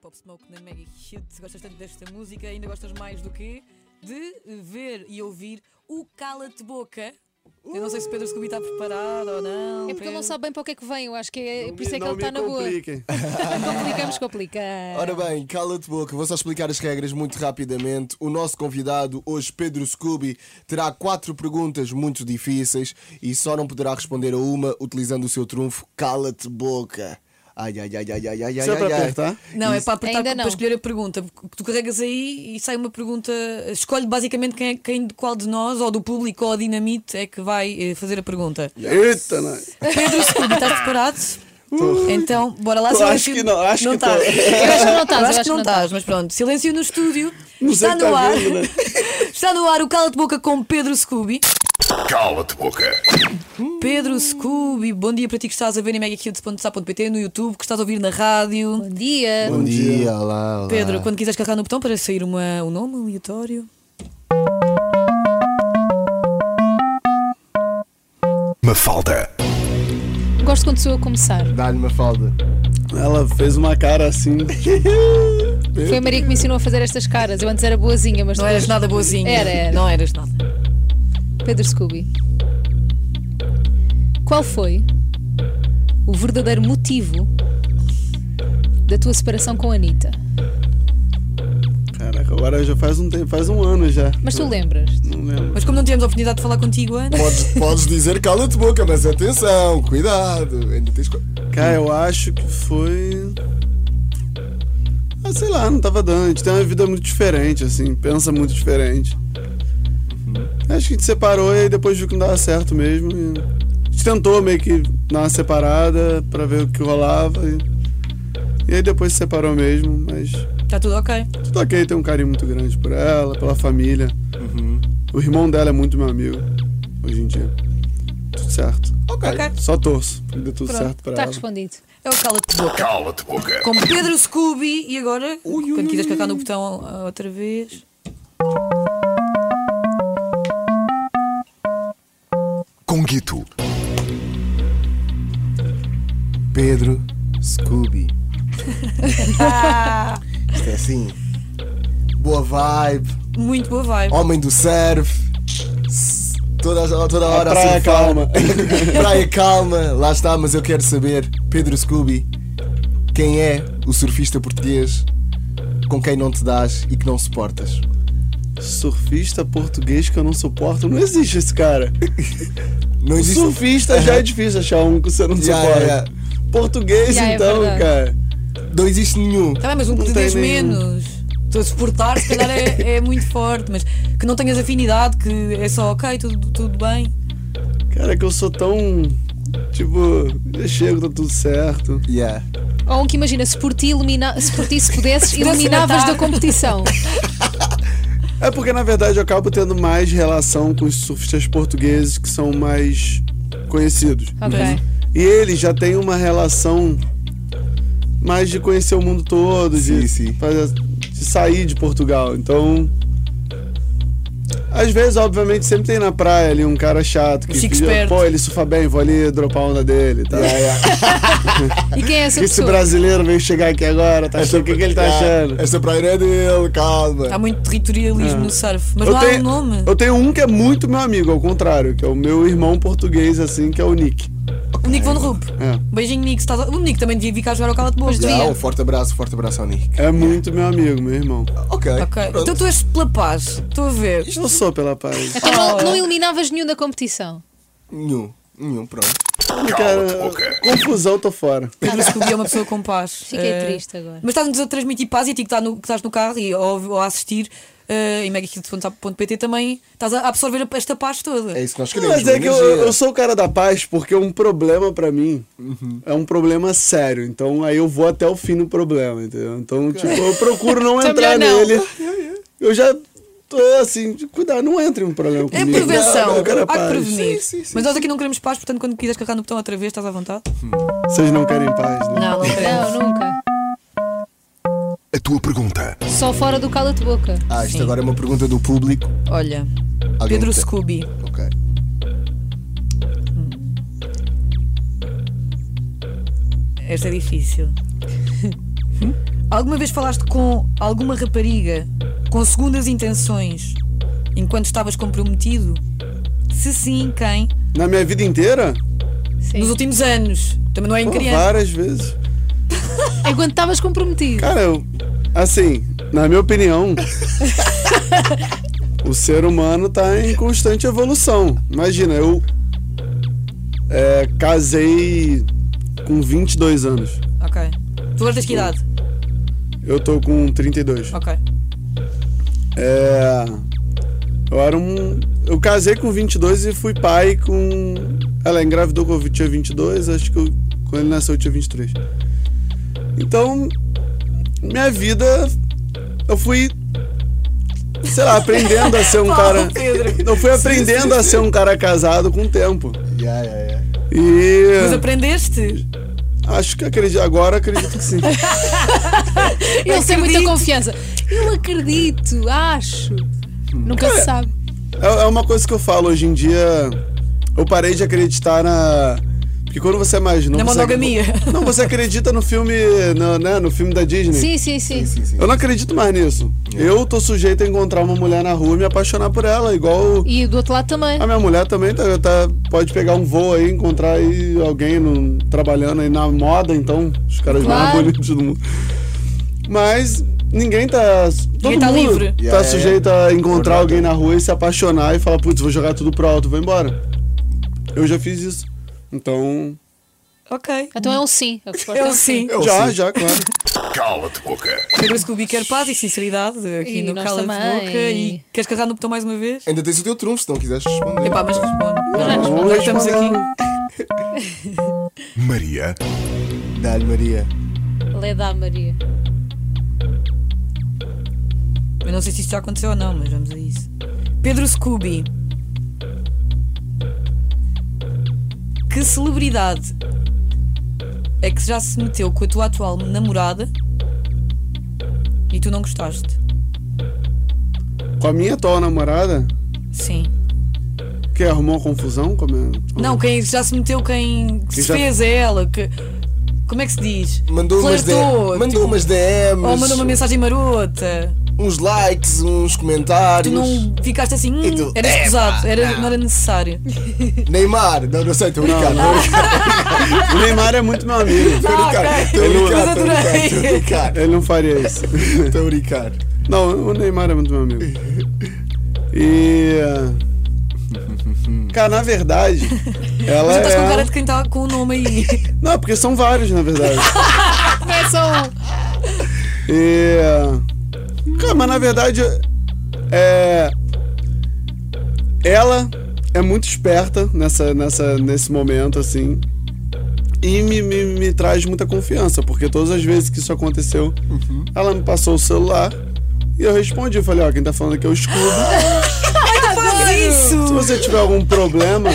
Pop Smoke na Maggie Hughes. Gostas tanto desta música, ainda gostas mais do que de ver e ouvir o Cala-te Boca. Eu não sei se Pedro Scooby está preparado ou não. É porque ele Pedro. não sabe bem para o que é que vem, eu acho que é por isso é que não ele está me na boa. Então compliquem. Complicamos, complica. Ora bem, cala-te boca, vou só explicar as regras muito rapidamente. O nosso convidado hoje, Pedro Scooby, terá quatro perguntas muito difíceis e só não poderá responder a uma utilizando o seu trunfo cala-te boca. Ai, ai, ai, ai, ai, ai, Isso é ai, para ai. apertar? Não, é para apertar Ainda para não. escolher a pergunta. porque Tu carregas aí e sai uma pergunta. Escolhe basicamente quem, é- quem de qual de nós, ou do público, ou a dinamite, é que vai eh, fazer a pergunta. Eita, né? não. Pedro Scooby, estás preparado? Então, bora lá. Tô, silêncio- acho que não, acho que estás. tô. Eu acho que não estás, Eu eu tá. acho que não estás, mas pronto. Silêncio no estúdio. Não sei Está que tá no ar. vendo, né? Está no ar o Cala de Boca com Pedro Scooby. Cala-te boca. Pedro Scooby, bom dia para ti que estás a ver em megakids.sa.pt no YouTube, que estás a ouvir na rádio. Bom dia. Bom dia, olá, olá. Pedro, quando quiseres carregar no botão para sair uma, um nome aleatório. Mafalda. Gosto quando sou eu a começar. Dá-lhe uma falda. Ela fez uma cara assim. Foi a Maria que me ensinou a fazer estas caras. Eu antes era boazinha, mas Não depois- eras nada boazinha. Era, era. Não eras nada. Pedro Scooby. Qual foi o verdadeiro motivo da tua separação com a Anitta? Caraca, agora já faz um tempo, faz um ano já. Mas tu lembras? Não lembro. Mas como não tivemos a oportunidade de falar contigo antes, Podes, podes dizer cala-te boca, mas atenção, cuidado. Ainda tens. co- Cara, eu acho que foi. Ah, sei lá, não tava dando. A gente tem uma vida muito diferente, assim, pensa muito diferente. Uhum. Acho que a gente separou e aí depois viu que não dava certo mesmo. e A gente tentou meio que dar uma separada pra ver o que rolava. E, e aí depois se separou mesmo, mas está tudo ok. tudo ok, tem um carinho muito grande por ela, pela família. O irmão dela é muito meu amigo hoje em dia. Tudo certo. Ok. Ok. Só torço pra que dê tudo Pronto, certo pra Está ela. tá respondido. É o Cala-te Boca. Cala-te boca. Com Pedro Scooby e agora, quando quiseres carregar no botão ah, outra vez. Conguito. Pedro Scooby. Isto é assim. Boa vibe, Muito boa vibe. homem do surf. s- Toda, toda hora praia assim, fala. calma. praia calma, lá está, mas eu quero saber, Pedro Scooby, quem é o surfista português com quem não te dás e que não suportas? Surfista português que eu não suporto. Não existe esse cara. Não existe. Surfista já é difícil achar um que você não Yeah, suporta. yeah, Português, Yeah, é então, verdade. cara. Não existe nenhum. Está bem, mas um que te Não tem diz nenhum. menos. Estou a suportar, se calhar é, é muito forte, mas que não tenhas afinidade, que é só ok, tudo, tudo bem. Cara, que eu sou tão. Tipo, eu chego, tá tudo certo. Yeah. Ou um que imagina, se por ti, elimina... se, por ti se pudesses, pudesse eliminavas matar. da competição. É porque, na verdade, eu acabo tendo mais relação com os surfistas portugueses que são mais conhecidos. Ok. E eles já têm uma relação mais de conhecer o mundo todo, Sim, de, sim. fazer- de sair de Portugal. Então. Às vezes, obviamente, sempre tem na praia ali um cara chato que Fica que- esperto. pô, ele surfa bem, vou ali dropar a onda dele. Tá? É. E quem é essa Esse pessoa? brasileiro veio chegar aqui agora, É tá achando, o que, que ele tá Yeah, achando? Esta praia não é dele, calma. Há Tá muito territorialismo no surf, mas não há um nome. É. eu tenho um que é muito meu amigo, ao contrário, que é o meu irmão português, assim, que é o Nick. O Nico Van Rup. É. Beijinho, Nico. se Estás... a- O Nico também devia vir cá jogar ao Cala de Boca. Pois Yeah, devia. um forte abraço, forte abraço ao Nick. É muito meu amigo, meu irmão. Ok. Ok. pronto. Então tu és pela paz. Estou a ver. Eu sou pela paz. Então não, não eliminavas nenhum da competição. Nenhum, nenhum, pronto. Não quero- boca. Confusão, tô fora. Pedro Scooby é uma pessoa com paz. Fiquei Eh, triste agora. Mas estás-nos a transmitir paz e a ti que, tá no- que estás no carro e, ou, ou a assistir eh, em megakids.pt também estás a absorver esta paz toda. É isso que nós queremos. Mas é uma que eu, energia. eu sou o cara da paz porque um problema pra mim é um problema sério. Então aí eu vou até o fim no problema, entendeu? Então, tipo, eu procuro não Então entrar melhor não. nele. Eu já tô assim, cuidado, não entre em um problema É comigo. prevenção, Não, não, eu quero a há que paz. prevenir. Sim, sim, sim, Mas nós aqui não queremos paz, portanto, quando quiseres carregar no botão outra vez, estás à vontade? Vocês não querem paz, né? Não, não queremos. Não, nunca. A tua pergunta. Só fora do cala de boca. Ah, isto Sim. agora é uma pergunta do público. Olha, Alguém Pedro tem- Scooby, Ok. esta é difícil. Alguma vez falaste com alguma rapariga com segundas intenções enquanto estavas comprometido? Se sim, quem? Na minha vida inteira? Sim. Nos últimos anos. Também não é em Pô, criança. várias vezes. Enquanto estavas comprometido. Cara, eu, assim, na minha opinião, o ser humano tá em constante evolução. Imagina, eu é, casei com 22 anos. Ok. Tu hoje tens que idade? Eu tô com 32. Ok. É, eu era um. Eu casei com 22 e fui pai com. Ela engravidou quando eu tinha 22, acho que eu- quando ele nasceu eu tinha 23. Então, minha vida, eu fui. Sei lá, aprendendo a ser um Paulo cara. Pedro. Eu fui aprendendo a ser um cara casado com o tempo. Yeah, yeah, yeah. Mas E. aprendeste? Acho que acredito. Agora acredito que sim. Ele tem muita Acredito. confiança. Eu acredito, acho. Nunca se sabe. É é uma coisa que eu falo hoje em dia. Eu parei de acreditar na. Porque quando você é mais novo. Na você- monogamia. Não, você acredita no filme. No, né, no filme da Disney. Sim, sim, sim. Sim, sim. Eu não acredito mais nisso. É. Eu tô sujeito a encontrar uma mulher na rua e me apaixonar por ela, igual. E do outro lado também. A minha mulher também tá, tá- pode pegar um voo aí, encontrar aí alguém no- trabalhando aí na moda, então. Os caras mais Claro. bonitos do mundo. Mas ninguém tá. Todo tá mundo livre. tá Yeah, sujeito a Verdade. encontrar alguém na rua e se apaixonar e falar, putz, vou jogar tudo pro alto, vou embora. Eu já fiz isso. Então. Ok. Então é um sim. A resposta é um Eu sim. sim. já, já, claro. Cala-te boca. Pedro Scooby quer paz e sinceridade aqui E no nós Cala de também. Boca. E queres carregar no botão mais uma vez? Ainda tens o teu trunfo, se não quiseres responder. Epá, mas responde. Vamos Agora estamos responder. aqui. Maria Dá-lhe, Maria. Leda à Maria. Eu não sei se isto já aconteceu ou não, mas vamos a isso. Pedro Scooby. Que celebridade é que já se meteu com a tua atual namorada e tu não gostaste? Com a minha atual namorada, Sim. que arrumou uma confusão é- com a minha. Não, quem já se meteu, quem se já- fez é ela. Que... Como é que se diz? Mandou umas, D- Flertou, mandou tipo, umas DMs, Ou mandou uma mensagem marota. uns likes, uns Tu comentários. não ficaste assim, hum, E tu, eras "Epá, pesado, era, não." não era necessário. Neymar, não, não sei, estou brincando. Não, O Neymar é muito meu amigo. Estou a brincar, estou a ok. Mas brincar, estou a brincar, adorei. estou a brincar, Ele não faria isso. estou a brincar. Não, o Neymar é muito meu amigo. E. ah, Cara, na verdade, ela Mas tu estás tá com um cara é. de quem está com o nome aí. Não, é porque são vários, na verdade. Não é só um. E. Cara, mas na verdade. É. Ela é muito esperta nessa, nessa, nesse momento, assim. E me, me, me traz muita confiança, porque todas as vezes que isso aconteceu, ela me passou o celular e eu respondi. Eu falei: Ó, quem tá falando aqui é o escudo. Faz isso! Se você tiver algum problema,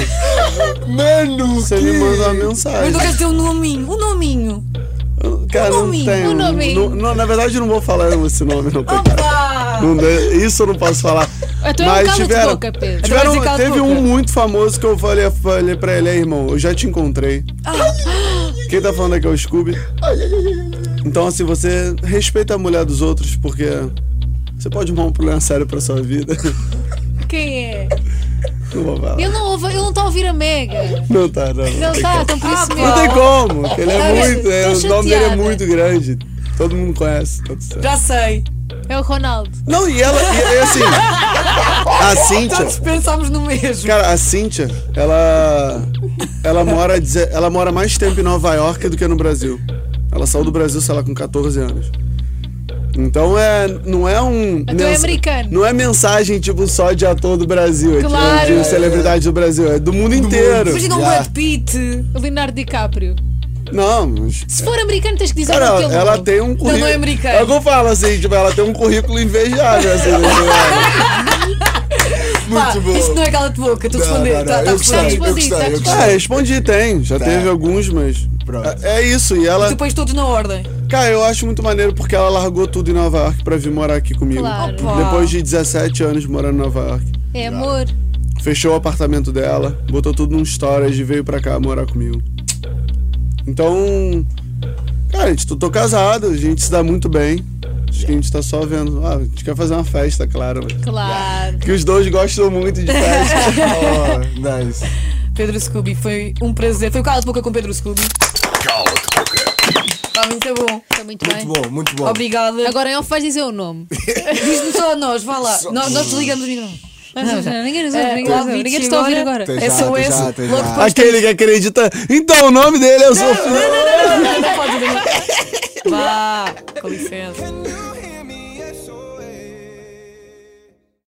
Mano, você que... me manda uma Mas mensagem. não queres ter um nominho, um nominho. Eu- Cara, não nominho, tenho. o nominho. não- não, na verdade, eu não vou falar esse nome, não, coitado. Opa! Não dá- isso eu não posso falar. Então é um cala-te boca, Pedro. tiveram- Então vai ser cala-te teve boca. um muito famoso que eu falei, falei pra ele, "Ei, irmão, eu já te encontrei. Ah. Quem tá falando aqui é o Scooby. Então, assim, você respeita a mulher dos outros, porque você pode arrumar um problema sério pra sua vida. Quem é? Não vou falar. Ele não ouve, ele não está a ouvir a Mega. Não tá, não. Não está, então por isso Não tem mesmo. como, porque ele Tá é vendo? muito, é, Tô o nome dele é chateada. muito grande. Todo mundo conhece, tá tudo certo. Já sei. É o Ronaldo. Não, e ela, e, e assim, a Já Cíntia, dispensámos no mesmo. Cara, a Cíntia, ela. Ela mora, deze- ela mora mais tempo em Nova York do que no Brasil. Ela saiu do Brasil, sei lá, com 14 anos. Então é. Não é um. Então é americano. Não é mensagem, tipo, só de ator do Brasil. é, tipo, Claro. de celebridade do Brasil. É do mundo inteiro. Ah, Imagina um Já. Brad Pitt. O Leonardo DiCaprio. Não, mas. Se for americano, tens que dizer Cara, o teu ela, ela nome. tem um currículo. não é americano. É o que eu falo, assim, tipo, ela tem um currículo invejável, assim. né? Pá, Muito bom. isto não é cala de boca, tu Não, responder. não, não, Tá, tá eu respondido. gostei, eu respondido, gostei, tá eu respondido. Ah, gostei. respondi, tem. Já Tá. teve alguns, mas. Pronto. É é isso, e ela. Tu pões tá. todos na ordem. Cara, eu acho muito maneiro porque ela largou tudo em Nova York pra vir morar aqui comigo. Claro. Opa. Depois de 17 anos morando em Nova York. É amor. Fechou o apartamento dela, botou tudo num storage e veio pra cá morar comigo. Então. Cara, Cara, gente, tô, tô casado, a gente se dá muito bem. Acho que a gente tá só vendo. Ah, a gente quer fazer uma festa, claro. Claro. Que os dois gostam muito de festa. Oh, nice. Pedro Scooby, foi um prazer. Foi o Cala de Boca com Pedro Scooby. Cala-te boca. Está muito bom. Está muito, bem. Muito bom, muito bom. Obrigada. Agora em off vais dizer o nome. Diz-me só a nós, vá lá. Nós, nós desligamos o microfone. ninguém nos ouve, É, ninguém nos ouve. Ninguém nos está a ouvir agora. Até já, até já, SOS, até logo já. depois. Aquele que acredita. Então, o nome dele é o Não, não, não, não, não, não, não, não pode dizer. Vá, com licença.